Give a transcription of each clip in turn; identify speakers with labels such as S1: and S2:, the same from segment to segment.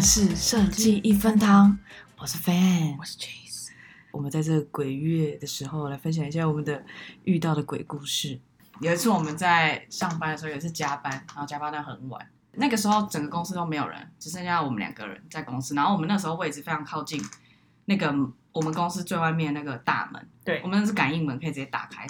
S1: 是设计一分堂，我是 Fan，
S2: 我是 Chase，
S1: 我们在这个鬼月的时候来分享一下我们的遇到的鬼故事。
S2: 有一次我们在上班的时候，有一次加班，然后加班到很晚。那个时候整个公司都没有人，只剩下我们两个人在公司。然后我们那时候位置非常靠近那个我们公司最外面那个大门，
S3: 对
S2: 我们那是感应门，可以直接打开。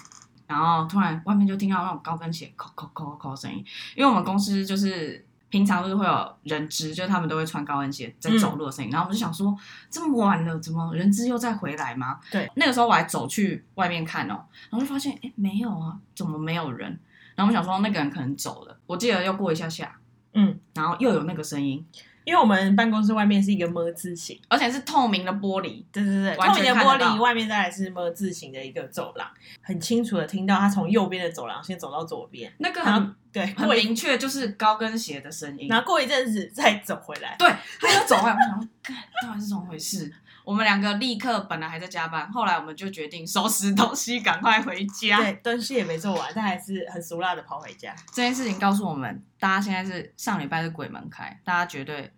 S2: 然后突然外面就听到那种高跟鞋“扣扣扣扣”声音，因为我们公司就是平常都是会有人质，就是他们都会穿高跟鞋在走路的声音。然后我们就想说，这么晚了，怎么人质又再回来吗？
S3: 对，
S2: 那个时候我还走去外面看哦，然后就发现哎没有啊，怎么没有人？然后我们想说那个人可能走了，我记得要过一下下，
S3: 嗯，
S2: 然后又有那个声音，
S3: 因为我们办公室外面是一个么字形，
S2: 而且是透明的玻璃，
S3: 对对对，
S2: 完
S3: 透
S2: 全
S3: 明的
S2: 看得
S3: 玻璃
S2: 到
S3: 外面再来是么字形的一个走廊，很清楚的听到他从右边的走廊先走到左边，
S2: 那个
S3: 然后
S2: 很
S3: 对
S2: 很
S3: 过一，
S2: 明啊确就是高跟鞋的声音。
S3: 然后过一阵子再走回来，
S2: 对，他又走回来，我想说， 干，到底是怎么回事？我们两个立刻本来还在加班，后来我们就决定收拾东西，赶快回家。
S3: 对，东西也没做完，但还是很俗辣的跑回家。
S2: 这件事情告诉我们，大家现在是上礼拜是鬼门开，大家绝对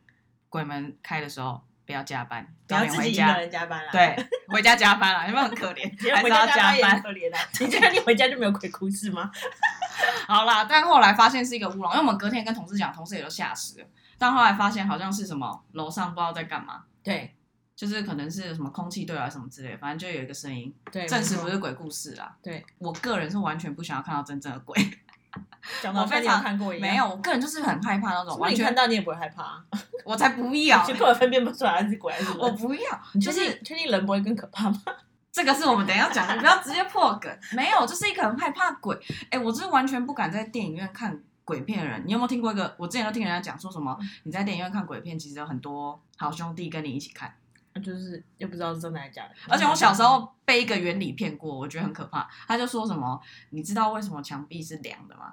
S2: 鬼门开的时候不要加班，
S3: 不要
S2: 早点
S3: 自
S2: 回
S3: 己一个
S2: 家。
S3: 人加班啦。，
S2: 对，回家加班了，有没有很可 怜？还是
S3: 回家
S2: 要加
S3: 加班也
S2: 班
S3: 很。可怜 啊。你觉得你回家就没有鬼故事吗？
S2: 好啦，但后来发现是一个乌龙，因为我们隔天跟同事讲，同事也都吓死了。但后来发现好像是什么楼上不知道在干嘛，
S3: 对
S2: 就是可能是什么空气对啊流什么之类的，反正就有一个声音，
S3: 对
S2: 证实不是鬼故事啦。
S3: 对，
S2: 我个人是完全不想要看到真正的鬼，
S3: 讲到
S2: 我非
S3: 跟你有
S2: 常
S3: 看过一样，
S2: 没有，，我个人就是很害怕那种，完
S3: 你看
S2: 全
S3: 到你也不会害怕 啊，
S2: 我才不要
S3: 就，根本分辨不出来是鬼还是
S2: 我
S3: 人。
S2: 不要，
S3: 你
S2: 就
S3: 确定
S2: 是
S3: 确定人不会更可怕吗？
S2: 这个是我们等一下讲的，不要直接破梗。没有，就是一个很害怕鬼。哎、我是完全不敢在电影院看鬼片的人。你有没有听过一个？我之前都听人家讲说什么，
S3: 嗯
S2: 你在电影院看鬼片，其实有很多好兄弟跟你一起看。
S3: 嗯就是又不知道是真的还是假的。
S2: 而且我小时候被一个原理骗过，我觉得很可怕。他就说什么，你知道为什么墙壁是凉的吗？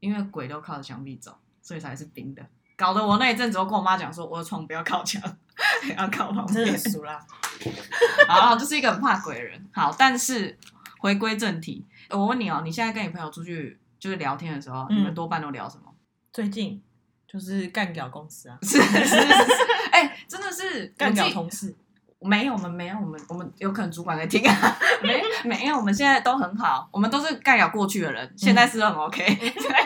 S2: 因为鬼都靠着墙壁走，所以才是冰的。搞得我那一阵子，我跟我妈讲说，我的床不要靠墙， 要靠旁
S3: 真的
S2: 边
S3: 很。俗啦，
S2: 好，我就是一个很怕鬼的人。好，但是回归正题，呃我问你哦，你现在跟你朋友出去就是聊天的时候，啊
S3: 嗯
S2: 你们多半都聊什么？
S3: 最近就是干掉公司啊，
S2: 是是是，是哎、真的是
S3: 干
S2: 我
S3: 掉
S2: 自己
S3: 同事，
S2: 没有，我们没有，我们我们有可能主管在听 啊，没没有，我们现在都很好，我们都是干掉过去的人，现在是很 OK，、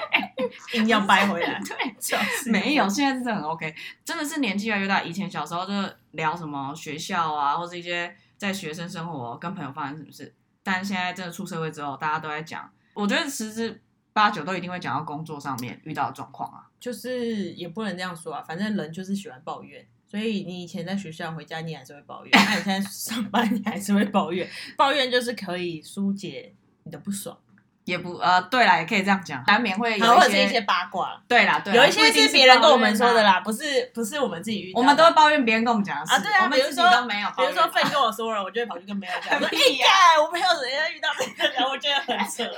S3: 硬要掰回 来，
S2: 对，
S3: 就是
S2: 没有，现在是真的很 OK，真的是年纪越来越大，以前小时候就是聊什么学校啊，或是一些在学生生活跟朋友发生什么事，但现在真的出社会之后，大家都在讲，我觉得十之八九都一定会讲到工作上面遇到的状况啊，
S3: 就是也不能这样说啊，反正人就是喜欢抱怨。所以你以前在学校回家，你还是会抱怨；那你现在上班，你还是会抱怨。抱怨就是可以疏解你的不爽，
S2: 也不呃，对啦，也可以这样讲，难免会
S3: 然后
S2: 有
S3: 啊或
S2: 一
S3: 者是
S2: 些，
S3: 一些八卦，
S2: 对啦对啦，
S3: 有啊一
S2: 不
S3: 些
S2: 定
S3: 是别人跟我
S2: 抱
S3: 们
S2: 怨
S3: 说的啦，不是不是我们自己遇到
S2: 我
S3: 的。
S2: 们都会抱怨别人跟我们讲的事，
S3: 啊对啊
S2: 我们
S3: 比如
S2: 自己
S3: 说
S2: 都没有
S3: 比
S2: 抱
S3: 如
S2: 怨。
S3: 说粪跟我说了，我就会跑去跟没有讲， 说
S2: 屁呀
S3: 哎，我朋友人家遇到这个人，我觉得很 扯。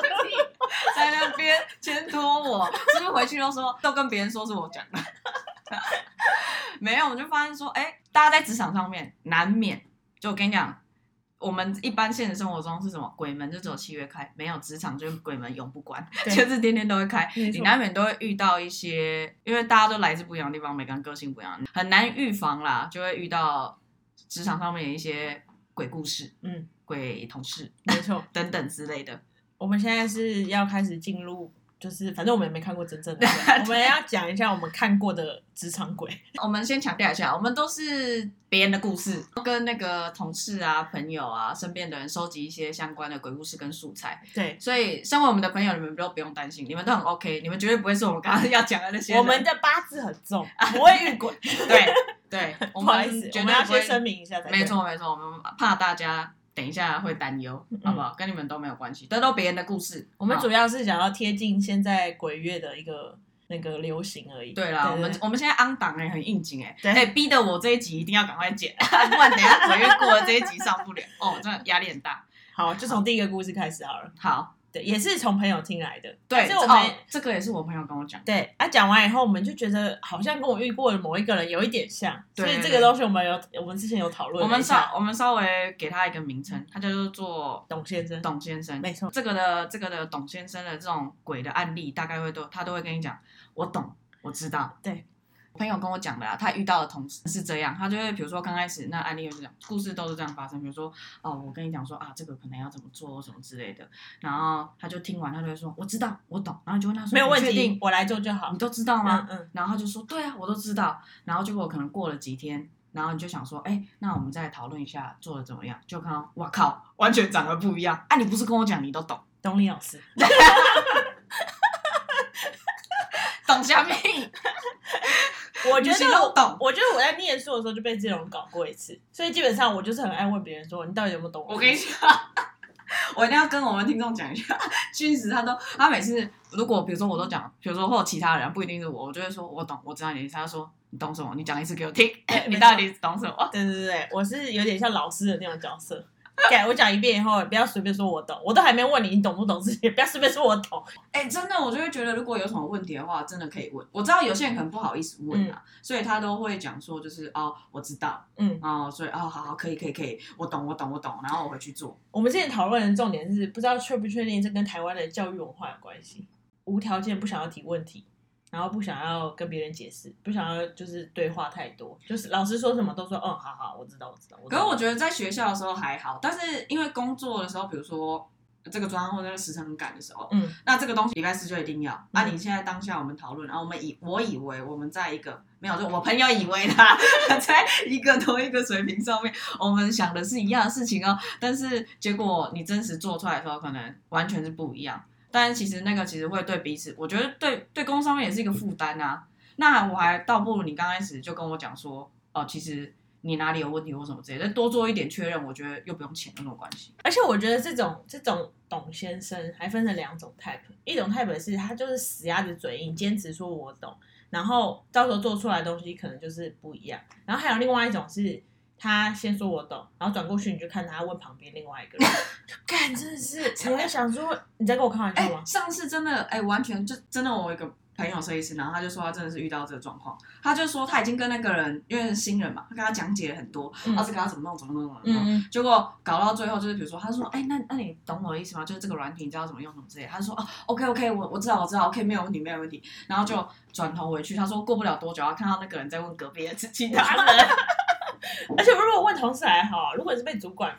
S2: 在那边牵拖我，是不是回去都说都跟别人说是我讲的？ 没有，我就发现说，哎、大家在职场上面难免，就我跟你讲，我们一般现实生活中是什么？鬼门就只有七月开，没有职场就是鬼门永不关，
S3: 对
S2: 就是天天都会开。
S3: 没错
S2: 你难免都会遇到一些，因为大家都来自不一样的地方，每个人个性不一样，很难预防啦，就会遇到职场上面的一些鬼故事、
S3: 嗯，
S2: 鬼同事
S3: 没错，
S2: 等等之类的。
S3: 我们现在是要开始进入，就是反正我们也没看过真正 的鬼，我们要讲一下我们看过的职场鬼。
S2: 我们先强调一下，我们都是别人的故事，跟那个同事啊、朋友啊、身边的人收集一些相关的鬼故事跟素材。
S3: 对，
S2: 所以，身为我们的朋友，你们都不用担心，你们都很 OK，你们绝对不会是我们刚刚 要讲的那些人。
S3: 我们的八字很重，不会遇鬼。
S2: 对 对，我
S3: 不好意
S2: 们
S3: 思，
S2: 绝
S3: 啊 我
S2: 对
S3: 们要
S2: 不
S3: 先
S2: 会。
S3: 声明一下才对
S2: 没，错没错，我们怕大家等一下会担忧，好不好？跟你们都没有关系，这都别人的故事。
S3: 嗯我们
S2: 好
S3: 主要是想要贴近现在鬼月的一个那个流行而已。
S2: 对啦，我们我们现在 on 档哎，很应景哎、
S3: 对
S2: 哎、逼得我这一集一定要赶快剪， 不然等一下鬼月过了这一集上不了，哦，真的压力很大。
S3: 好，就从第一个故事开始好了。
S2: 好，
S3: 对，也是从朋友听来的。
S2: 对，
S3: 所以我们、
S2: 哦、这个也是我朋友跟我讲，
S3: 对，啊，讲完以后，我们就觉得好像跟我遇过的某一个人有一点像，
S2: 对
S3: 所以这个东西我们有，我们之前有讨论
S2: 我
S3: 了
S2: 们
S3: 一
S2: 稍
S3: 下。
S2: 我们稍微给他一个名称，他叫做
S3: 董先生，
S2: 董先生。
S3: 没错，
S2: 这个的这个的董先生的这种鬼的案例，大概会都他都会跟你讲，我懂，我知道，
S3: 对。
S2: 朋友跟我讲的啦，他遇到的同事是这样，他就会比如说刚开始那案例就是这样，故事都是这样发生。比如说哦，我跟你讲说啊，这个可能要怎么做什么之类的，然后他就听完，他就会说我知道，我懂，然后你就问他说
S3: 没有问
S2: 你确
S3: 题
S2: 定，
S3: 我来做就好
S2: 你。都知道吗？
S3: 嗯嗯，
S2: 然后他就说对啊，我都知道。然后结果可能过了几天，然后你就想说，哎，那我们再讨论一下做的怎么样，就看到哇靠，完全长得不一样。啊，你不是跟我讲你都懂，
S3: 董林老 师，
S2: 懂虾米？
S3: 我觉
S2: 你
S3: 得
S2: 都
S3: 我
S2: 懂
S3: 我觉得我在念书的时候就被这种搞过一次，所以基本上我就是很爱问别人说你到底有没有懂
S2: 我
S3: 的
S2: 跟你
S3: 意思
S2: 讲， 我一定要跟我们听众讲一下，君子他都他每次如果比如说我都讲，比如说或者其他人不一定是我，我就会说我懂，我知道你的意思。他就说你懂什么？你讲一次给我 听
S3: 哎，没
S2: 你
S3: 错
S2: 到底懂什么？
S3: 对对对对，我是有点像老师的那种角色。对，我讲一遍以后，不要随便说我懂，我都还没问你你懂不懂之前，不要随便说我懂。
S2: 哎、真的，我就会觉得如果有什么问题的话，真的可以问。我知道有些人可能不好意思问啊，所以他都会讲说就是哦，我知道，
S3: 嗯，
S2: 哦，所以哦，好好，可以可以可以，我懂我懂我懂，然后我回去做。
S3: 我们之前讨论的重点是，不知道确不确定这跟台湾的教育文化有关系，无条件不想要提问题，然后不想要跟别人解释，不想要就是对话太多，就是老师说什么都说嗯，好好，我知道，我知道。
S2: 可是我
S3: 知
S2: 觉得在学校的时候还好，但是因为工作的时候，比如说这个专案或者时程很赶的时候，
S3: 嗯，
S2: 那这个东西礼拜四就一定要。啊那、你现在当下我们讨论，然啊后我们以我以为我们在一个没有，就我朋友以为啦， 在一个同一个水平上面，我们想的是一样的事情哦，但是结果你真实做出来的时候，可能完全是不一样。但其实那个其实会对彼此，我觉得对对工上面也是一个负担啊。那我还倒不如你刚开始就跟我讲说，哦、其实你哪里有问题或什么之类的，多做一点确认，我觉得又不用钱那种关系。
S3: 而且我觉得这种这种董先生还分成两种 type，一种 type 是他就是死鸭子嘴硬，坚持说我懂，然后到时候做出来的东西可能就是不一样。然后还有另外一种是他先说我懂，然后转过去你就看他问旁边另外一个 人，干真的是，我在想说你在跟我开玩
S2: 哎、
S3: 笑吗？
S2: 上次真的哎、完全就真的，我有一个朋友设计师，然后他就说他真的是遇到这个状况，他就说他已经跟那个人，因为是新人嘛，他跟他讲解了很多，
S3: 嗯
S2: 啊，这个要怎么弄，怎么弄，怎么弄。
S3: 嗯，
S2: 结果搞到最后就是，比如说，他说，哎、那那你懂我的意思吗？就是这个软体你知道怎么用什么之类的。他说，哦，OK OK，我我知道我知道，OK 没有问题没有问题。然后就转头回去，他说过不了多久，他看到那个人在问隔壁的其
S3: 嗯
S2: 他人，
S3: 而且如果问同事还好啊，如果你是被主管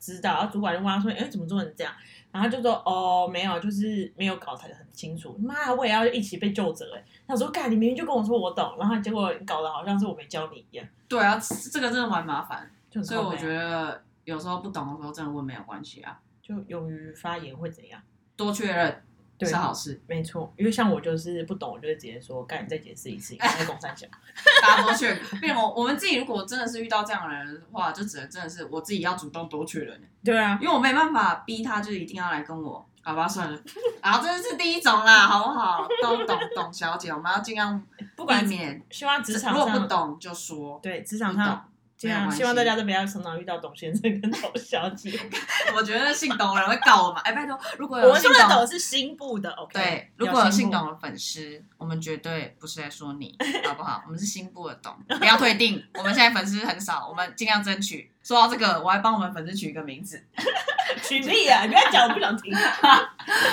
S3: 知道，然后主管就问他说：“哎、怎么做成这样？”然后他就说：“哦，没有，就是没有搞得很清楚。”妈，我也要一起被救责哎、欸！他说：“干，你明明就跟我说我懂，然后结果你搞得好像是我没教你一样。
S2: 对啊，这个真的蛮麻烦。”
S3: 就很
S2: 所以
S3: 靠
S2: 我
S3: 北啊
S2: 觉得有时候不懂的时候，真的问没有关系啊，
S3: 就勇于发言会怎样？
S2: 多确认
S3: 对
S2: 是好事，
S3: 没错，因为像我就是不懂，我就会直接说：“干，你再解释一次，你在公三小。
S2: 大家多确认。变成我我们自己如果真的是遇到这样的人的话，就只能真的是我自己要主动多确认，”
S3: 对啊，
S2: 因为我没办法逼他，就是一定要来跟我。好吧，算了，啊，这是第一种啦，好不好？懂懂懂，小姐，我们要尽量
S3: 不
S2: 不
S3: 管
S2: 免，
S3: 希望职场
S2: 如果不
S3: 上
S2: 懂就说。
S3: 对职
S2: 不
S3: 场
S2: 懂
S3: 上。这
S2: 没有
S3: 样，
S2: 关
S3: 希望
S2: 系
S3: 大家都不要常常遇到董先生跟董小姐。
S2: 我觉得姓董的人会告我们。哎、拜托，如果
S3: 我
S2: 有
S3: 们
S2: 姓
S3: 说的
S2: 董
S3: 董是新部的，OK？
S2: 对，如果有姓董的粉丝，我们绝对不是在说你，好不好？我们是新部的董，不要退订。我们现在粉丝很少，我们尽量争取。说到这个，我还帮我们粉丝取一个名字。
S3: 举例啊，你不要讲，我不想听。啊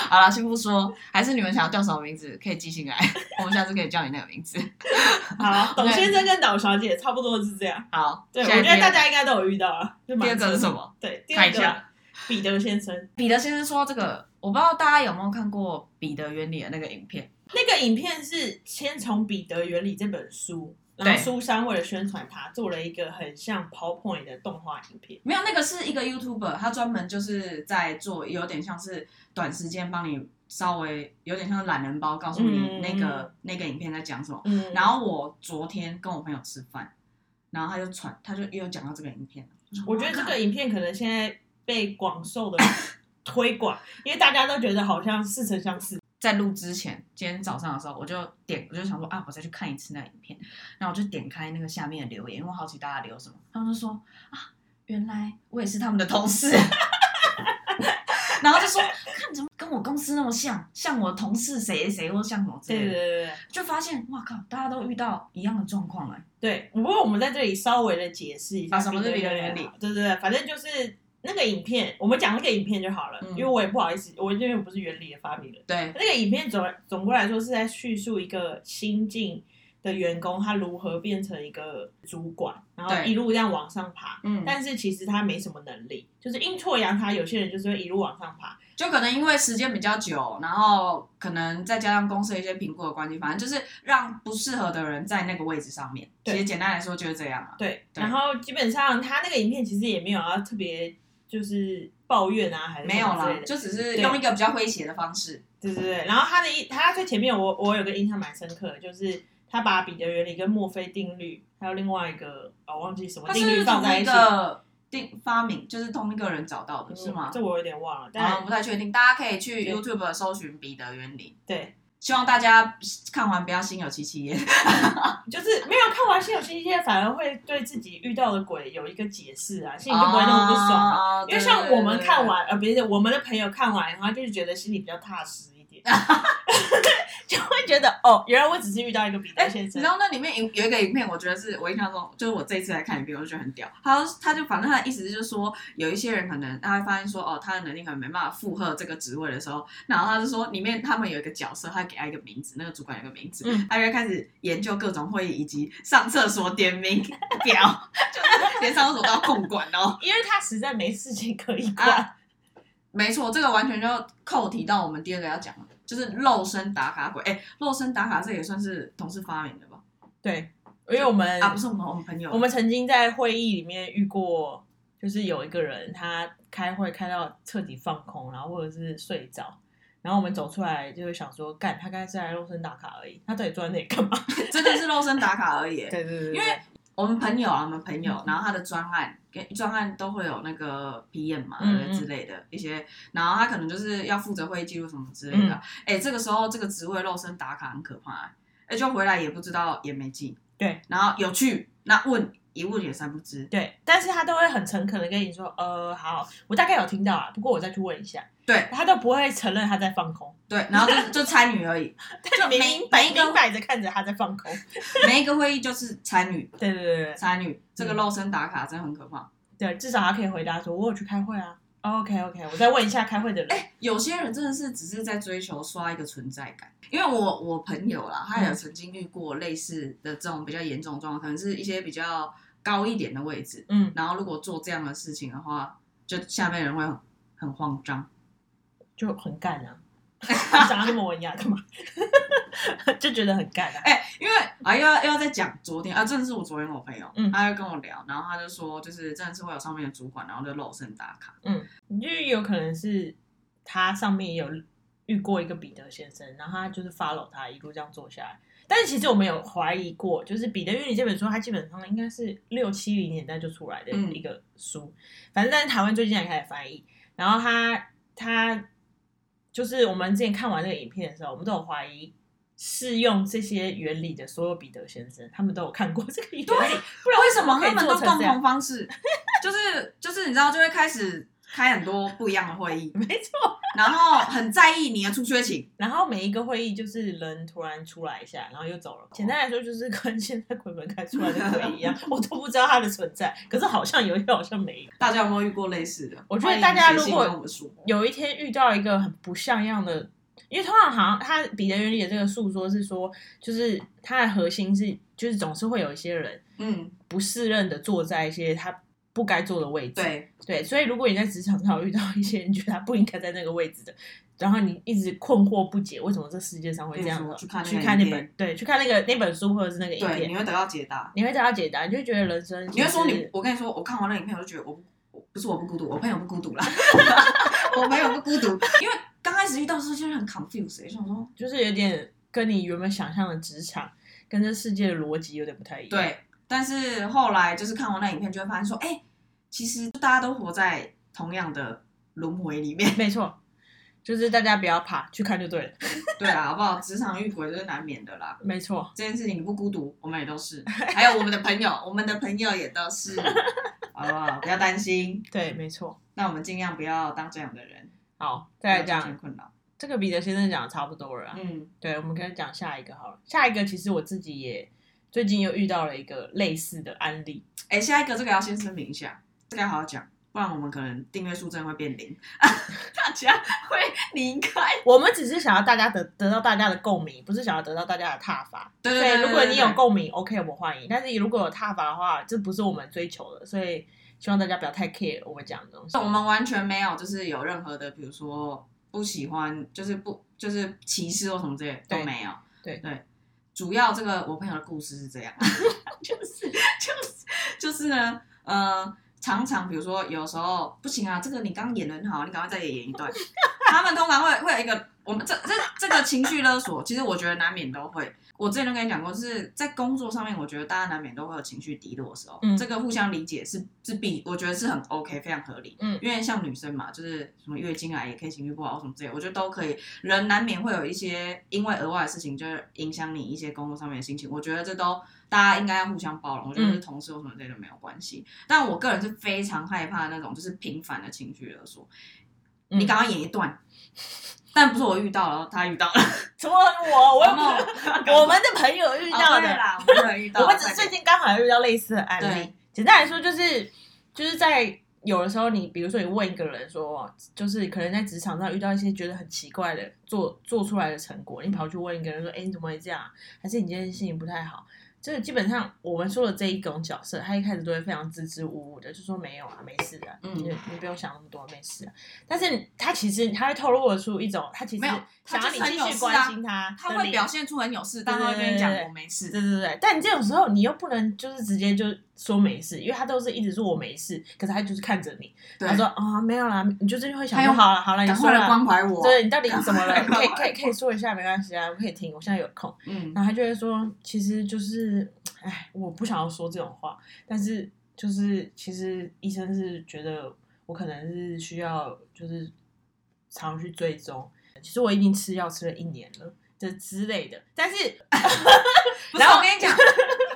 S2: 好了，先不说，还是你们想要叫什么名字，可以寄信来， 我们下次可以叫你那个名字。
S3: 好， 董先生跟董小姐差不多是这样。
S2: 好，
S3: 对，我
S2: 下一
S3: 觉
S2: 个
S3: 得大家应该都有遇到啊。就
S2: 第
S3: 蛮
S2: 二个是什？么？
S3: 对，第
S2: 看
S3: 二
S2: 一
S3: 个
S2: 下
S3: 啊彼得先生
S2: 彼得先生说到这个，我不知道大家有没有看过《彼得原理》的那个影片。
S3: 那个影片是先从《彼得原理》这本书，然后
S2: 对
S3: 苏珊为了宣传它，做了一个很像 PowerPoint 的动画影片。
S2: 没有，那个是一个 YouTuber，他专门就是在做，有点像是短时间帮你稍微有点像懒人包，告诉你
S3: 嗯
S2: 那个、那个影片在讲什么。
S3: 嗯
S2: 然后我昨天跟我朋友吃饭，然后他就传，他就也有讲到这个影片。
S3: 我觉得这个影片可能现在被广受的 推广，因为大家都觉得好像似曾相识。
S2: 在录之前，今天早上的时候，我就点，我就想说啊，我再去看一次那影片。然后我就点开那个下面的留言，因为我好奇大家留什么。他们就说啊，原来我也是他们的同事。 然后就说，看怎么跟我公司那么像，像我同事谁谁或像什么之
S3: 对
S2: 类
S3: 对
S2: 的，
S3: 对对对。
S2: 就发现哇靠，大家都遇到一样的状况哎、
S3: 对，不过我们在这里稍微的解释一下
S2: 啊什么是
S3: 彼
S2: 彼
S3: 得
S2: 得
S3: 原
S2: 原
S3: 理
S2: 理
S3: 啊，对对对，反正就是那个影片，我们讲那个影片就好了，
S2: 嗯
S3: 因为我也不好意思，我因为我不是原理的发明人。
S2: 对
S3: 那个影片总总归来说是在叙述一个心境的员工他如何变成一个主管，然后
S2: 对
S3: 一路这样往上爬。
S2: 嗯，
S3: 但是其实他没什么能力，就是阴错阳差，有些人就是会一路往上爬。
S2: 就可能因为时间比较久，然后可能再加上公司的一些评估的关系，反正就是让不适合的人在那个位置上面。
S3: 对
S2: 其实简单来说就是这样啊。
S3: 对，
S2: 对
S3: 然后基本上他那个影片其实也没有要特别就是抱怨啊，还是
S2: 没
S3: 什
S2: 有
S3: 么之
S2: 啦
S3: 类，的
S2: 就只是
S3: 对
S2: 用一个比较诙谐的方式。
S3: 对对对。然后他的一他最前面我我有个印象蛮深刻的，就是他把彼得原理跟墨菲定律，还有另外一个哦忘记什么
S2: 它
S3: 定
S2: 是
S3: 律放
S2: 同
S3: 在
S2: 一
S3: 一起，
S2: 个定发明，就是同一个人找到的，是吗
S3: 嗯？这我有点忘了，但、
S2: 啊，我不太确定，大家可以去
S3: 对
S2: YouTube 搜寻彼得原理。
S3: 对，
S2: 希望大家看完不要心有戚戚焉。
S3: 就是没有看完《心有戚戚焉》，反而会对自己遇到的鬼有一个解释啊，心里就不会那么不爽啊。
S2: 啊
S3: 因为像我们看，完，呃，不是我们的朋友看完，然后就是觉得心里比较踏实一点， 就会觉得哦，原来我只是遇到一个彼得
S2: 对对对哎，
S3: 先
S2: 你
S3: 生。
S2: 知道那里面有有一个影片，我觉得是我印象中，就是我这一次来看影片，我就觉得很屌。他他就反正他的意思就是说，有一些人可能他会发现说，哦，他的能力可能没办法负荷这个职位的时候，然后他就说里面他们有一个角色，他给他一个名字，那个主管有个名字，
S3: 嗯
S2: 他就会开始研究各种会议以及上厕所点名 表，就是连上厕所都要控管哦。
S3: 因为他实在没事情可以管，
S2: 啊没错，这个完全就扣题到我们第二个要讲了，就是肉身打卡鬼。哎、肉身打卡这也算是同事发明的吧？
S3: 对，因为我们、
S2: 啊，不是我们，我们朋友。
S3: 我们曾经在会议里面遇过，就是有一个人他开会开到彻底放空，然后或者是睡着。然后我们走出来就会想说，干，他刚才是来肉身打卡而已，他到底坐在那里干嘛？
S2: 真的是肉身打卡而已。
S3: 对对对
S2: 因为我们朋友啊，我们朋友，然后他的专案跟专案都会有那个 PM 嘛，
S3: 嗯嗯
S2: 之类的一些，然后他可能就是要负责会议记录什么之类
S3: 嗯
S2: 的。哎、这个时候这个职位肉身打卡很可怕、哎、就回来也不知道也没记。
S3: 对，
S2: 然后有去那问一问也三不知。
S3: 对，但是他都会很诚恳的跟你说，呃，好，我大概有听到啊，不过我再去问一下。
S2: 对
S3: 他都不会承认他在放空，
S2: 对，然后就就参与而已，
S3: 但
S2: 就
S3: 明
S2: 每
S3: 明摆
S2: 每一个
S3: 明摆着看着他在放空。
S2: 每一个会议就是参与，
S3: 对嗯对对对
S2: 参与这个肉身打卡真的很可怕。
S3: 对，至少他可以回答说，我有去开会啊。OK OK，我再问一下开会的人。
S2: 有些人真的是只是在追求刷一个存在感，因为我我朋友啦，他有曾经遇过类似的这种比较严重的状况，可能是一些比较高一点的位置，
S3: 嗯，
S2: 然后如果做这样的事情的话，就下面人会很很慌张。
S3: 就很干啊。 你长得那么文雅干嘛？ 就觉得很干啊。
S2: 哎、因为啊，又要又要再讲昨天啊，真的是我昨天我朋友，
S3: 嗯
S2: 他就跟我聊，然后他就说，就是真的是会有上面的主管，然后就露身打卡，
S3: 就是有可能是他上面也有遇过一个彼得先生，然后他就是 follow 他一路这样做下来。但是其实我们有怀疑过，就是《彼得原理》这本书，它基本上应该是六七零年代就出来的
S2: 嗯
S3: 一个书，反正但是台湾最近才开始翻译。然后他他就是我们之前看完那个影片的时候，我们都有怀疑适用这些原理的所有彼得先生，他们都有看过这个原理，不
S2: 对
S3: 然
S2: 为什么
S3: 可以
S2: 他们
S3: 做
S2: 都
S3: 成
S2: 共
S3: 这样
S2: 同方式？ 就是就是你知道，就会开始开很多不一样的会议，
S3: 没错。
S2: 然后很在意你的出缺勤。
S3: 然后每一个会议就是人突然出来一下，然后又走了。简单来说，就是跟现在鬼门开出来的鬼一样，我都不知道它的存在。可是好像有，一好像没有。
S2: 大家有没有遇过类似的？
S3: 我觉得大家
S2: 欢迎
S3: 如
S2: 写信
S3: 果
S2: 跟我们说，
S3: 有一天遇到一个很不像样的，因为通常好像它彼得原理的这个诉说是说，就是它的核心是，就是总是会有一些人
S2: 嗯，
S3: 不适任的坐在一些他不该坐的位置。
S2: 对，
S3: 对，所以如果你在职场上有遇到一些你觉得他不应该在那个位置的，然后你一直困惑不解，为什么这世界上会这样
S2: 比如
S3: 的？
S2: 说去看那个
S3: 去看那
S2: 影片
S3: 本对，去看那个那本书或者是那个影
S2: 对，
S3: 片，
S2: 你会得到解答。
S3: 你会得到解答，你就会觉得人生
S2: 你会说
S3: 其实
S2: 你，我跟你说，我看完那影片，我就觉得我不我不是我不孤独，我朋友不 孤独啦，我朋友不孤独，因为刚开始遇到的时候就是很 confused，想说
S3: 就是有点跟你原本想象的职场跟这世界的逻辑有点不太一样。，
S2: 对，但是后来就是看完那影片，就会发现说，哎、其实大家都活在同样的轮回里面。
S3: 没错，就是大家不要怕，去看就对了。
S2: 对啊，好不好？职场遇鬼这是难免的啦。
S3: 没错，
S2: 这件事情你不孤独，我们也 都是，还有我们的朋友，我们的朋友也都是，好不好？不要担心，
S3: 对，没错。
S2: 那我们尽量不要当这样的人，
S3: 好，再来
S2: 不要造成
S3: 讲
S2: 困扰。
S3: 这个彼得先生讲的差不多了啊、
S2: 嗯，
S3: 对，我们跟他讲下一个好了。下一个其实我自己也最近又遇到了一个类似的案例，
S2: 哎、下一个这个要先声明一下，这个要好好讲，不然我们可能订阅数真的会变零， 大家会离开。
S3: 哎我们只是想要大家得得到大家的共鸣，不是想要得到大家的挞伐。
S2: 对
S3: 所
S2: 对对
S3: 以如果你有
S2: 够，
S3: 共鸣，OK，我们欢迎。但是如果有挞伐的话，这不是我们追求的，所以希望大家不要太 care 我们讲的东西。
S2: 我们完全没有就是有任何的，比如说不喜欢，就是不就是歧视或什么之类的
S3: 对
S2: 都没有。
S3: 对
S2: 对，主要这个我朋友的故事是这样， 就是就是就是呢，呃。常常比如说，有时候不行啊，这个你刚演的很好，你赶快再演一段。 他们通常会会有一个，我们这这这个情绪勒索，其实我觉得难免都会。我之前就跟你讲过，就是在工作上面，我觉得大家难免都会有情绪低落的时候，
S3: 嗯
S2: 这个互相理解是是必，我觉得是很 OK，非常合理。
S3: 嗯
S2: 因为像女生嘛，就是什么月经来也可以情绪不好什么之类的，我觉得都可以。人难免会有一些因为额外的事情，就是影响你一些工作上面的心情。我觉得这都大家应该要互相包容，我
S3: 嗯
S2: 觉得是同事或什么之类的没有关系。但我个人是非常害怕那种就是频繁的情绪勒索，
S3: 嗯
S2: 你赶快演一段。但不是我遇到了，他遇到了，
S3: 怎么我我又不
S2: 哦
S3: 我们的朋友遇到
S2: 对
S3: 的，
S2: 啦，我们有遇到，
S3: 我们只是最近刚好遇到类似的案例
S2: 对。
S3: 简单来说，就是就是在有的时候你，比如说你问一个人说，就是可能在职场上遇到一些觉得很奇怪的做做出来的成果，你跑去问一个人说，哎、你怎么会这样？还是你今天心情不太好？这基本上我们说的这一种角色，他一开始都会非常支支吾吾的，就说没有啊，没事的、啊，
S2: 嗯
S3: 你你不用想那么多，没事、啊。但是他其实他会透露出一种，他其实
S2: 没有他
S3: 想要你
S2: 就是很
S3: 继
S2: 有
S3: 续
S2: 事啊
S3: 关心他的理由，
S2: 他会表现出很有事，但他会跟你讲我没事。
S3: 对对对，但你这种时候你又不能就是直接就说没事，因为他都是一直说我没事，可是他就是看着你，
S2: 对
S3: 他说啊、没有啦，你就是会想
S2: 他
S3: 说
S2: 用
S3: 好了好了，你
S2: 赶
S3: 说
S2: 快来
S3: 了，
S2: 关怀我。
S3: 对你 到底怎么了？
S2: 赶快
S3: 可以可以可以说一下没关系啊，我可以听，我现在有空。
S2: 嗯，
S3: 然后他就会说，其实就是，哎，我不想要说这种话，但是就是其实医生是觉得我可能是需要就是常去追踪，其实我已经吃药吃了一年了。这之类的，但是
S2: 不是
S3: 然后
S2: 我 跟你讲，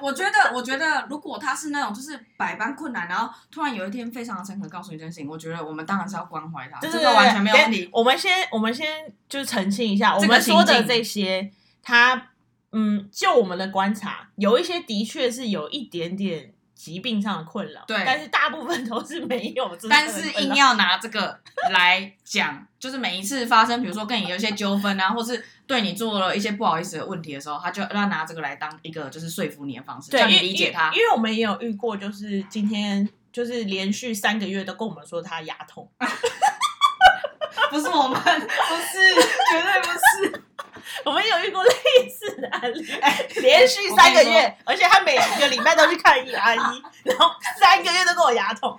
S2: 我觉得，我觉得如果他是那种就是百般困难，然后突然有一天非常诚恳告诉你这件事情，我觉得我们当然是要关怀他，
S3: 对
S2: 啊这
S3: 对
S2: 个完全没有问
S3: 对哎
S2: 题。
S3: 我们先，我们先就是澄清一下，我
S2: 这个
S3: 们说
S2: 情
S3: 的
S2: 境
S3: 这些，他嗯，就我们的观察，有一些的确是有一点点疾病上的困扰，
S2: 对
S3: 但是大部分都是没有这个困扰，
S2: 但是硬要拿这个来讲，就是每一次发生，比如说跟你有一些纠纷啊，或是对你做了一些不好意思的问题的时候，他就要拿这个来当一个就是说服你的方式，
S3: 对，
S2: 叫你
S3: 因为
S2: 理解他
S3: 因为。因为我们也有遇过，就是今天就是连续三个月都跟我们说他牙痛，
S2: 不是 我们，不是，绝对不是。
S3: 我们有遇过类似的案例，连续三个
S2: 哎我跟你
S3: 月，而且他每个礼拜都去看牙 医，然后三个月都跟我牙痛，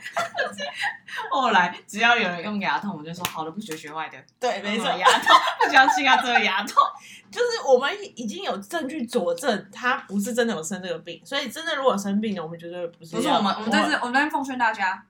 S2: 后来只要有人用牙痛，我就说好了，不学学坏的，
S3: 对，没错，
S2: 牙痛，不相信他真的牙痛。
S3: 就是我们已经有证据佐证他不是真的有生这个病，所以真的如果生病了，我们绝对不是
S2: 不是
S3: 要
S2: 我们，我们这次我们在奉劝大家，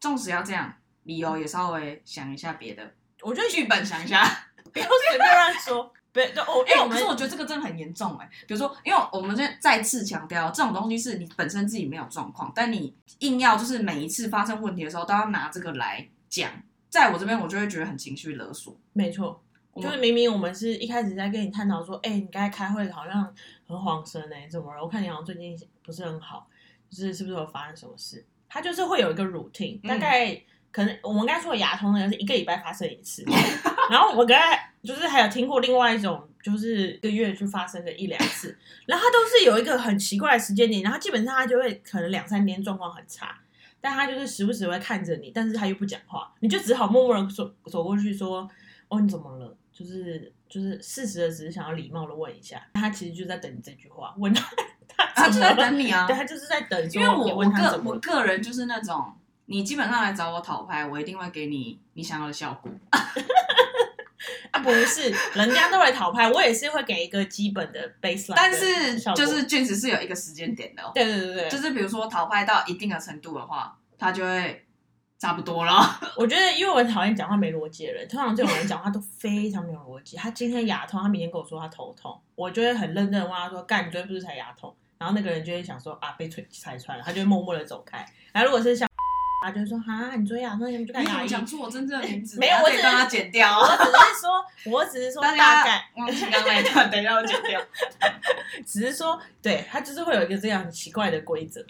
S2: 纵使要这样，理由也稍微想一下别的，
S3: 我觉得
S2: 剧本想一下。
S3: 不要随便乱说，别对，我 因为
S2: 哎、欸，
S3: 我
S2: 可
S3: 们
S2: 是我觉得这个真的很严重哎、比如说，因为我们现在再次强调，这种东西是你本身自己没有状况，但你硬要就是每一次发生问题的时候都要拿这个来讲，在我这边我就会觉得很情绪 勒索。
S3: 没错。
S2: 我
S3: 就
S2: 们
S3: 是明明我们是一开始在跟你探讨说，哎、你刚才开会好像很晃神哎、怎么了？我看你好像最近不是很好，就是是不是有发生什么事？他就是会有一个 routine，、
S2: 嗯
S3: 大概可能我们刚才说的牙痛呢，是一个礼拜发生一次，然后我刚才就是还有听过另外一种，就是一个月就发生个一两次，然后他都是有一个很奇怪的时间点，然后基本上他就会可能两三天状况很差，但他就是时不时会看着你，但是他又不讲话，你就只好默默的走走过去说：“哦，你怎么了？”就是就是适时的，只是想要礼貌的问一下。他其实就在等你这句话，问他
S2: 他
S3: 他
S2: 就
S3: 怎
S2: 在
S3: 么了？
S2: 等你啊
S3: 对，，他就是在等说
S2: 因为
S3: 你
S2: 我我
S3: 问他
S2: 个
S3: 怎么
S2: 我
S3: 了。
S2: 个人就是那种，你基本上来找我讨拍，我一定会给你你想要的效果。
S3: 啊，不是，人家都来讨拍，我也是会给一个基本的 baseline，
S2: 但是
S3: 的效果
S2: 就是确实是有一个时间点的、哦，
S3: 对对对对，
S2: 就是比如说讨拍到一定的程度的话，他就会差不多了。
S3: 我觉得，因为我很讨厌讲话没逻辑的人，通常这种人讲话都非常没有逻辑。他今天牙痛，他明天跟我说他头痛，我就会很认真的问他说：“干，你昨天不是才牙痛？”然后那个人就会想说：“啊，被锤踩穿了。”他就会默默的走开。然后如果是像他就会说：“哈，你昨天牙痛，你 们就看
S2: 你怎
S3: 牙
S2: 么
S3: 医。”
S2: 讲出我真正的名字？
S3: 没有我
S2: 我
S3: 只是
S2: 帮他剪掉
S3: 我
S2: 哦。
S3: 只是说，我只是说
S2: 大
S3: 大概
S2: 家， 忘记刚刚那一段，等一下我剪掉。
S3: 只是说，对他就是会有一个这样很奇怪的规则。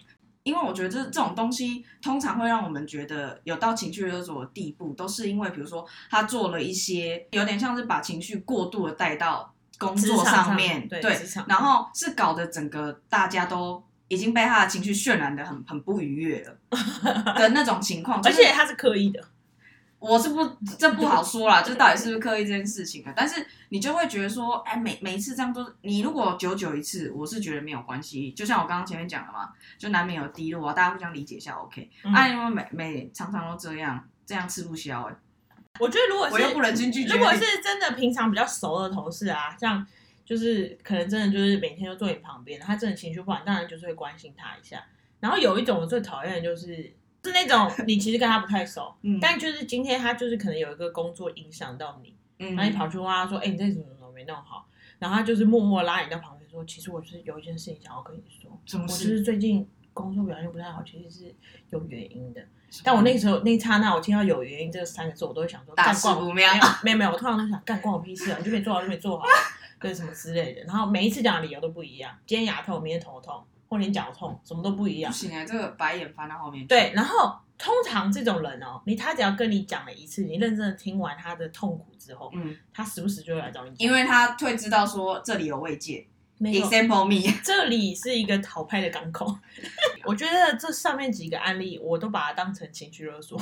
S2: 因为我觉得这这种东西通常会让我们觉得有到情绪勒索的地步，都是因为比如说他做了一些有点像是把情绪过度的带到工
S3: 职
S2: 作
S3: 场上
S2: 面，
S3: 对职场
S2: 然后是搞得整个大家都已经被他的情绪渲染的很很不愉 悦了的那种情况，就
S3: 而
S2: 是
S3: 且他是刻意的，嗯
S2: 我是不这不好说啦，就到底是不是刻意这件事情啊？但是你就会觉得说，哎，每每一次这样都是，你如果久久一次，我是觉得没有关系。就像我刚刚前面讲的嘛，就难免有低落啊，大家互相理解一下，OK。
S3: 嗯
S2: 啊，因为每每常常都这样，这样吃不消哎、
S3: 我觉得如果是
S2: 我又不忍心拒绝你。
S3: 如果是真的平常比较熟的同事啊，像就是可能真的就是每天都坐你旁边，他真的情绪不好，你当然就是会关心他一下。然后有一种我最讨厌的就是是那种你其实跟他不太熟，
S2: 嗯，
S3: 但就是今天他就是可能有一个工作影响到你，
S2: 嗯
S3: 然后你跑去问他说：“哎、你这怎么怎么没弄好？”然后他就是默默拉你到旁边说：“其实我是有一件事情想要跟你说，
S2: 什么
S3: 我就
S2: 事？
S3: 是最近工作表现不太好，其实是有原因的。”但我那时候那一刹那，我听到有原因这三个字，我都会想说
S2: 嗯大
S3: 干
S2: 事
S3: 关我
S2: 不妙
S3: 没有没有没有，我通常都想干关我屁事啊！你就没做好就没做好，对什么之类的。然后每一次讲的理由都不一样，今天牙痛，明天头痛，后天脚痛，什么都不一
S2: 不
S3: 样。
S2: 行哎、这个白眼翻到后面去。
S3: 对，然后通常这种人哦，你他只要跟你讲了一次，你认真的听完他的痛苦之后，
S2: 嗯，
S3: 他时不时就会来找你讲。
S2: 因为他会知道说这里有慰藉
S3: 没有
S2: ，example me。
S3: 这里是一个讨拍的港口。 我觉得这上面几个案例，我都把它当成情绪勒索。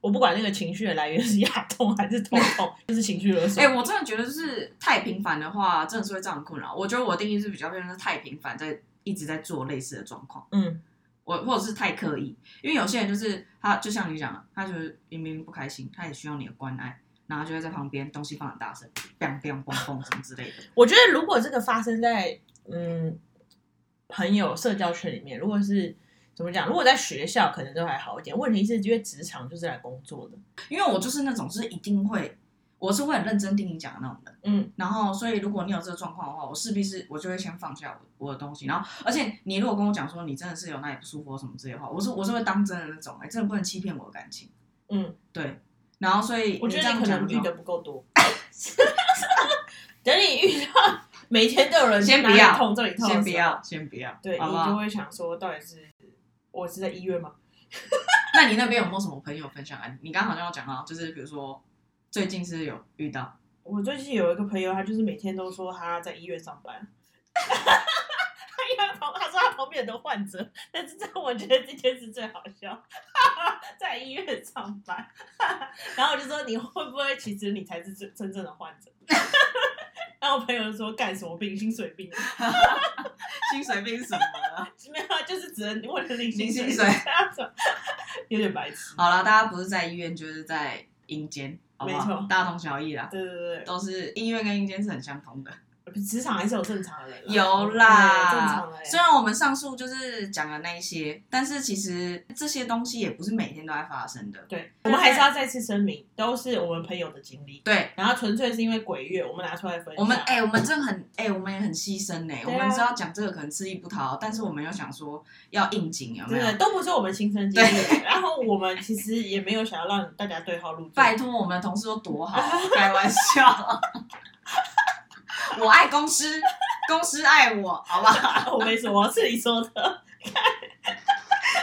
S3: 我不管那个情绪的来源是牙痛还是头痛，就是情绪勒索。
S2: 哎、我真的觉得就是太频繁的话，真的是会造成困扰。我觉得我的定义是比较偏向是太频繁，在一直在做类似的状况，
S3: 嗯，
S2: 我或者是太刻意，因为有些人就是他，就像你讲的，他就是明明不开心，他也需要你的关爱，然后就会在旁边东西放很大声，bang bang 嘣嘣什么之类的。
S3: 我觉得如果这个发生在嗯朋友社交圈里面，如果是怎么讲，如果在学校可能都还好一点。问题是因为职场就是来工作的，
S2: 因为我就是那种就是一定会，我是会很认真听你讲的那种人。
S3: 嗯，
S2: 然后，所以如果你有这个状况的话，我势必是我就会先放下我我的东西。然后，而且你如果跟我讲说你真的是有哪里不舒服或什么之类的话，我是我是会当真的那种，哎、真的不能欺骗我的感情。
S3: 嗯，
S2: 对。然后，所以
S3: 我觉
S2: 这
S3: 得你
S2: 样
S3: 可
S2: 讲
S3: 能
S2: 的
S3: 遇
S2: 时
S3: 的
S2: 候，
S3: 不够多。 等你遇到每天都有人
S2: 先不
S3: 哪里
S2: 要
S3: 痛这里痛，
S2: 先不，要，先不要，
S3: 对
S2: 好不
S3: 你就
S2: 好？
S3: 会想说，到底是我是在医院吗？
S2: 那你那边有没有什么朋友分享啊？你刚刚好像有讲到，就是比如说最近是有遇 到，
S3: 我最近有一个朋友，他就是每天都说他在医院上班。 他因为旁他说他旁边很多患者，但是这我觉得这件事最好笑， 在医院上班。然后我就说你会不会其实你才是真真正的患者？ 然后我朋友就说干什么病？薪水病？
S2: 薪水病什么了？
S3: 没有啊，就是只能为了领
S2: 领薪
S3: 薪
S2: 水
S3: 有点白痴。
S2: 好了，大家不是在医院就是在阴间，好不
S3: 没
S2: 好
S3: 错？
S2: 大同小异啦，
S3: 对对对，
S2: 都是医院跟阴间是很相通的。
S3: 职场还是有正常的人啦，
S2: 有
S3: 对正
S2: 啦
S3: 常的，欸人
S2: 虽然我们上述就是讲了那一些，但是其实这些东西也不是每天都在发生的。
S3: 对，我们还是要再次声明，都是我们朋友的经历，
S2: 对，
S3: 然后纯粹是因为鬼月，我们拿出来分享。
S2: 我们哎、我们真的很哎、我们也很牺牲呢、我
S3: 对啊
S2: 们知道讲这个可能吃力不讨好，但是我们又想说要应景，有没
S3: 真
S2: 有
S3: 的？都不是我们亲身经历，然后我们其实也没有想要让大家对号入座。
S2: 拜托，我们的同事都多好， 开玩笑。 我爱公司，公司爱我，好不 好？
S3: 我没什么是你说的，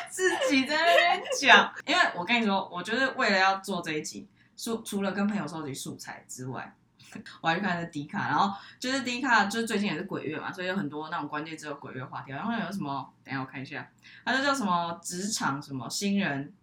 S2: 自己在那边讲，因为我跟你说，我就是为了要做这一集，除除了跟朋友收集素材之外， 我还去看了迪卡，然后就是迪卡，就是最近也是鬼月嘛，所以有很多那种关键只有鬼月话题，然后有什么，等一下我看一下，它就叫什么职场什么新人。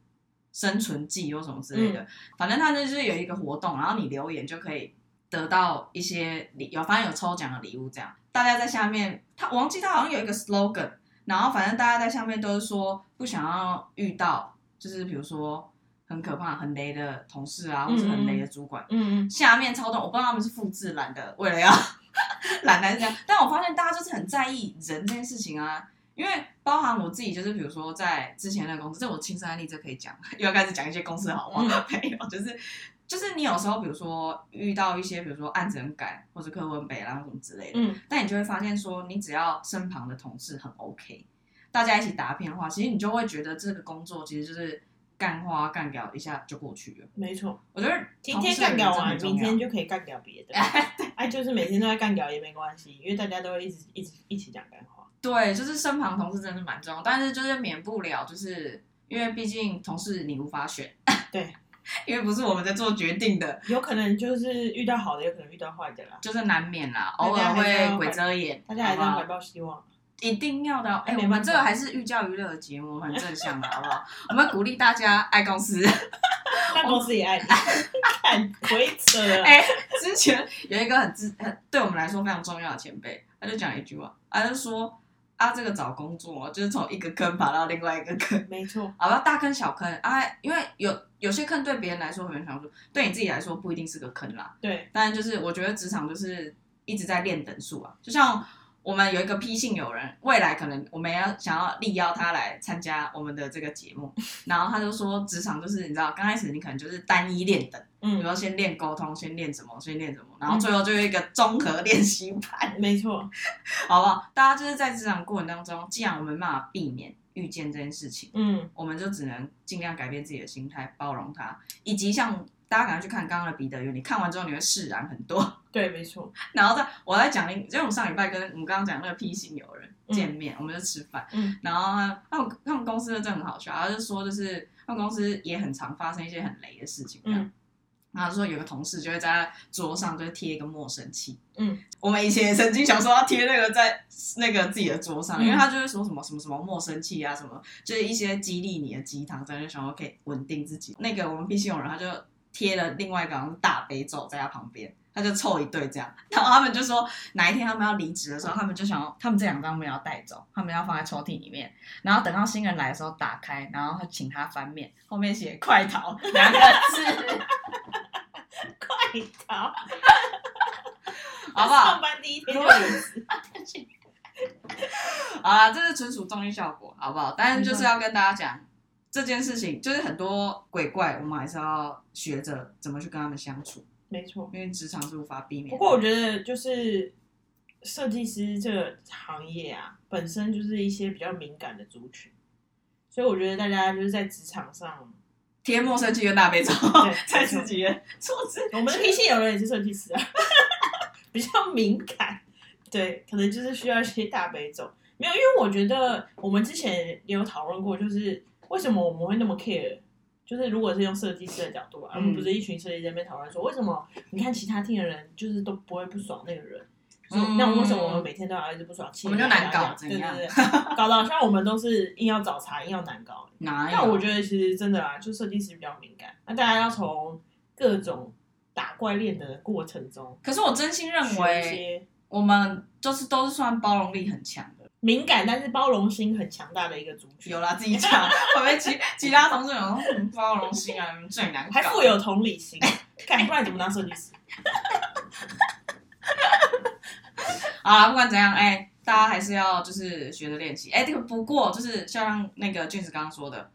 S2: 生存记或什么之类的，反正它就是有一个活动，然后你留言就可以得到一些礼，有反正有抽奖的礼物这样。大家在下面，他我忘记他好像有一个 slogan，然后反正大家在下面都是说不想要遇到，就是比如说很可怕、很雷的同事啊，或是很雷的主管。
S3: 嗯嗯，
S2: 下面超多，我不知道他们是复制懒的，为了要懒得这样。但我发现大家就是很在意人这件事情啊，因为包含我自己，就是比如说在之前那个公司，这我亲身案例，这可以讲，又要开始讲一些公司好话，
S3: 嗯
S2: 没有，就是。就是你有时候，比如说遇到一些，比如说案子很赶，或者课文北啦什么之类的，
S3: 嗯，
S2: 但你就会发现说，你只要身旁的同事很 OK，大家一起打片的话，其实你就会觉得这个工作其实就是干花干掉一下就过去了。
S3: 没错，
S2: 我觉得
S3: 今天干掉完，明天
S2: 就
S3: 就可以干 掉别的。哎，就是每天都在干掉也没关系，因为大家都会一直一直一起讲干话。
S2: 对，就是身旁同事真的是蛮重要，但是就是免不了，就是因为毕竟同事你无法选，
S3: 对，
S2: 因为不是我们在做决定的，
S3: 有可能就是遇到好的，有可能遇到坏的啦。
S2: 就是难免啦，
S3: 大家
S2: 偶尔
S3: 还是要
S2: 会
S3: 怀
S2: 鬼遮眼，
S3: 大家还是
S2: 好
S3: 要
S2: 不
S3: 怀
S2: 好
S3: 抱希望。
S2: 一定要的。哎、
S3: 没
S2: 我们
S3: 办法
S2: 这个还是寓教于乐的节目，我们很正向的，好不好？ 我们鼓励大家爱公司。
S3: 那公司也爱你， 看鬼扯 了。
S2: 哎、之前有一个很自很对我们来说非常重要的前辈，他就讲一句话，他就说啊，这个找工作就是从一个坑爬到另外一个坑，
S3: 没错，
S2: 好吧，大坑小坑啊，因为有有些坑对别人来说很想说，对你自己来说不一定是个坑啦。
S3: 对，
S2: 当然就是我觉得职场就是一直在练等数啊，就像。我们有一个 P 姓友人，未来可能我们要想要力邀他来参加我们的这个节目，然后他就说，职场就是你知道，刚开始你可能就是单一练等，比如
S3: 嗯，
S2: 说先练沟通，先练什么，先练什么，然后最后就有一个综合练习盘，
S3: 没错，
S2: 好不好？大家就是在职场过程当中，既然我们没办法避免遇见这件事情，
S3: 嗯，
S2: 我们就只能尽量改变自己的心态，包容它，以及像大家赶快去看刚刚的彼得原理，看完之后你会释然很多。
S3: 对，没错，
S2: 然后再我再讲另，因为我们上礼拜跟我们刚刚讲那个 P 型友人
S3: 嗯
S2: 见面，我们就吃饭，
S3: 嗯，
S2: 然后他他们他们公司的真的很好笑，他就说就是他们公司也很常发生一些很雷的事情，这样。
S3: 嗯
S2: 然后他说有个同事就会在他桌上就贴一个陌生器，
S3: 嗯，
S2: 我们以前也曾经想说要贴那个在那个自己的桌上，
S3: 嗯
S2: 因为他就会说什么什么什么陌生器啊，什么就是一些激励你的鸡汤，这样就想说可以稳定自己。那个我们必须有人他就贴了另外一个好像是大悲咒在他旁边。他就凑一对这样，然后他们就说哪一天他们要离职的时候，他们就想要他们这两张没有要带走，他们要放在抽屉里面，然后等到新人来的时候打开，然后请他翻面，后面写“快逃”两个字。
S3: 快逃，
S2: 好不好
S3: 上班第一天就离职，
S2: 好啦，啊这是纯属综艺效果，好不好？但是就是要跟大家讲这件事情，就是很多鬼怪，我们还是要学着怎么去跟他们相处，
S3: 没错。
S2: 因为职场是无法避免的。
S3: 不过我觉得就是设计师这个行业啊，本身就是一些比较敏感的族群，所以我觉得大家就是在职场上，
S2: 贴陌生器跟大悲咒
S3: 对
S2: 在自己的桌子，
S3: 我们的脾性有人也是设计师啊， 比较敏感，对，可能就是需要一些大悲咒。没有，因为我觉得我们之前也有讨论过，就是为什么我们会那么 care。就是如果是用设计师的角度啊，而
S2: 嗯
S3: 不是一群设计师在那边讨论说，为什么你看其他厅的人就是都不会不爽那个人，就是
S2: 嗯
S3: 那为什么我们每天都要一直不爽？
S2: 我们就难搞
S3: 对对
S2: 怎样
S3: 对，对搞到像我们都是硬要找茬，硬要难搞。
S2: 哪有？
S3: 但我觉得其实真的啊啦，就设计师比较敏感，那大家要从各种打怪练的过程中，
S2: 可是我真心认
S3: 学一
S2: 为
S3: 些
S2: 我们就是都是算包容力很强的。
S3: 敏感但是包容心很强大的一个族群，
S2: 有啦，自己 讲，会不会其其他同事有说嗯包容心啊？你们最难搞，
S3: 还富有同理心，看不然怎么当设计师？
S2: 好啦，不管怎样，哎、大家还是要就是学着练习。哎、这个不过就是像那个俊子刚刚说的，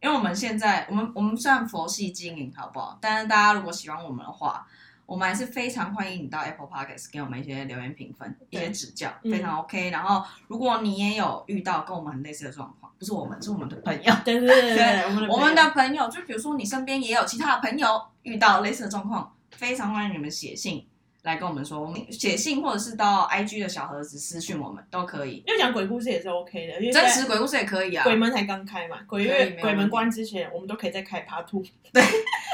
S2: 因为我们现在我们我们虽然佛系经营，好不好？但是大家如果喜欢我们的话，我们还是非常欢迎你到 Apple Podcast 给我们一些留言评分、一
S3: 对
S2: 些指教，
S3: 嗯
S2: 非常 OK。然后如果你也有遇到跟我们很类似的状况，不是我们，是我们的朋友。
S3: 对对对
S2: 对
S3: 对，我们的
S2: 我们
S3: 朋
S2: 的
S3: 友
S2: 朋友，就比如说你身边也有其他的朋友遇到类似的状况，非常欢迎你们写信来跟我们说，我们写信或者是到 IG 的小盒子私讯我们都可以，
S3: 要讲鬼故事也是 OK 的，因为
S2: 真
S3: 在
S2: 实鬼故事也可以啊。
S3: 鬼门才刚开嘛，鬼
S2: 可以没
S3: 月
S2: 有
S3: 鬼
S2: 问
S3: 门
S2: 题
S3: 关之前，我们都可以再开 Part Two。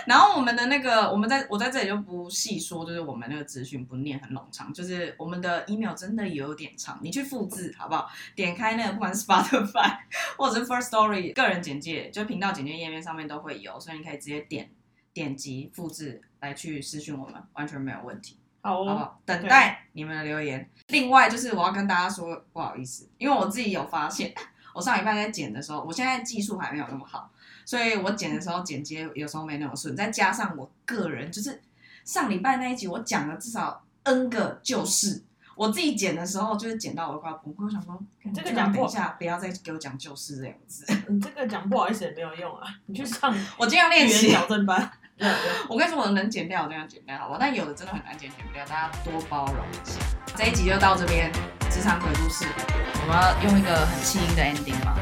S2: 然后我们的那个，我们在我在这里就不细说，就是我们那个资讯不念很冗长，就是我们的 email 真的有点长，你去复制好不好？点开那个不管是 Spotify 或者是 First Story 个人简介，就频道简介页面上面都会有，所以你可以直接点点击复制来去私讯我们，完全没有问题。
S3: 好
S2: 好不
S3: 哦，
S2: 好？等待你们的留言。另外就是我要跟大家说，不好意思，因为我自己有发现， 我上礼拜在剪的时候，我现在技术还没有那么好，所以我剪的时候剪接有时候没那么顺，再加上我个人就是上礼拜那一集我讲了至少 N 个就是。我自己剪的时候，就是剪到我快要崩溃，我想说，
S3: 这个
S2: 就
S3: 讲
S2: 等
S3: 过
S2: 一下，不要再给我讲就是这两个字。
S3: 你这个讲不好意思也没有用啊，你去上
S2: 我尽量
S3: 语
S2: 练
S3: 言
S2: 习。
S3: 矫正班。 对对
S2: 我跟你说，我能剪掉，我尽量剪掉，好不好？但有的真的很难剪，剪不掉，大家多包容一下。这一集就到这边，职场鬼故事，我们要用一个很轻盈的 ending 吧。